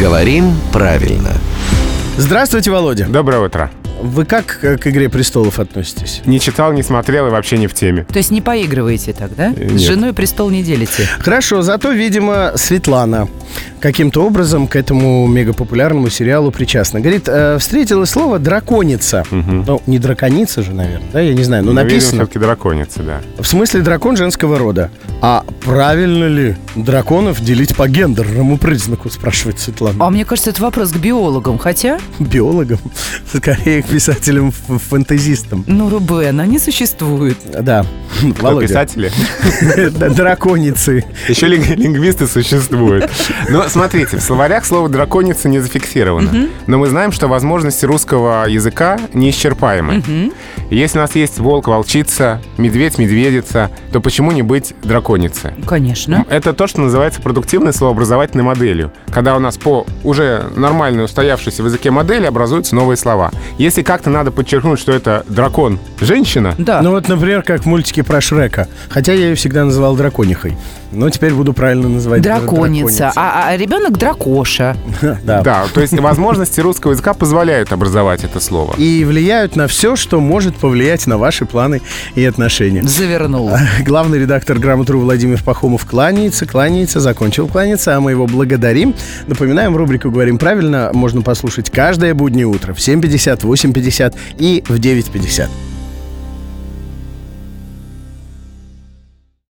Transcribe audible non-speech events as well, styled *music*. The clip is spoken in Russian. Говорим правильно. Здравствуйте, Володя. Доброе утро. Вы как э, к «Игре престолов» относитесь? Не читал, не смотрел и вообще не в теме. То есть не поигрываете так, да? Э, нет. С женой престол не делите. Хорошо, зато, видимо, Светлана каким-то образом к этому мегапопулярному сериалу причастна. Говорит, э, встретила слово «драконица». Ну, не драконица же, наверное, да? Я не знаю, но Ну, написано. все-таки драконица, да. В смысле дракон женского рода. А правильно ли драконов делить по гендерному признаку, спрашивает Светлана. А мне кажется, это вопрос к биологам, хотя, Биологом, скорее к писателям-фантазистам. ну, Рубен, они существуют. Да, Кто, Володя. писатели? *laughs* Да, Драконицы. Еще линг- лингвисты существуют. Но смотрите, в словарях слово «драконица» не зафиксировано. Но мы знаем, что возможности русского языка неисчерпаемы. Если у нас есть волк, волчица, медведь, медведица, то почему не быть драконицей? Конечно. Это то, что называется продуктивной словообразовательной моделью, когда у нас по уже нормальной устоявшейся в языке модели образуются новые слова. Если как-то надо подчеркнуть, что это дракон женщина, Да. Ну вот, например, как в мультике про Шрека. Хотя я ее всегда называл драконихой. Но теперь буду правильно называть Драконица, драконицей. а, а ребенок дракоша. *laughs* Да. да, то есть возможности русского языка позволяют образовать это слово. И влияют на все, что может повлиять на ваши планы и отношения. Завернул. Главный редактор «Грамотру» Владимир Пахомов кланяется, кланяется, закончил кланяться, а мы его благодарим. Напоминаем, рубрику «Говорим правильно» можно послушать каждое буднее утро в 7.50, 8.50 и в 9.50.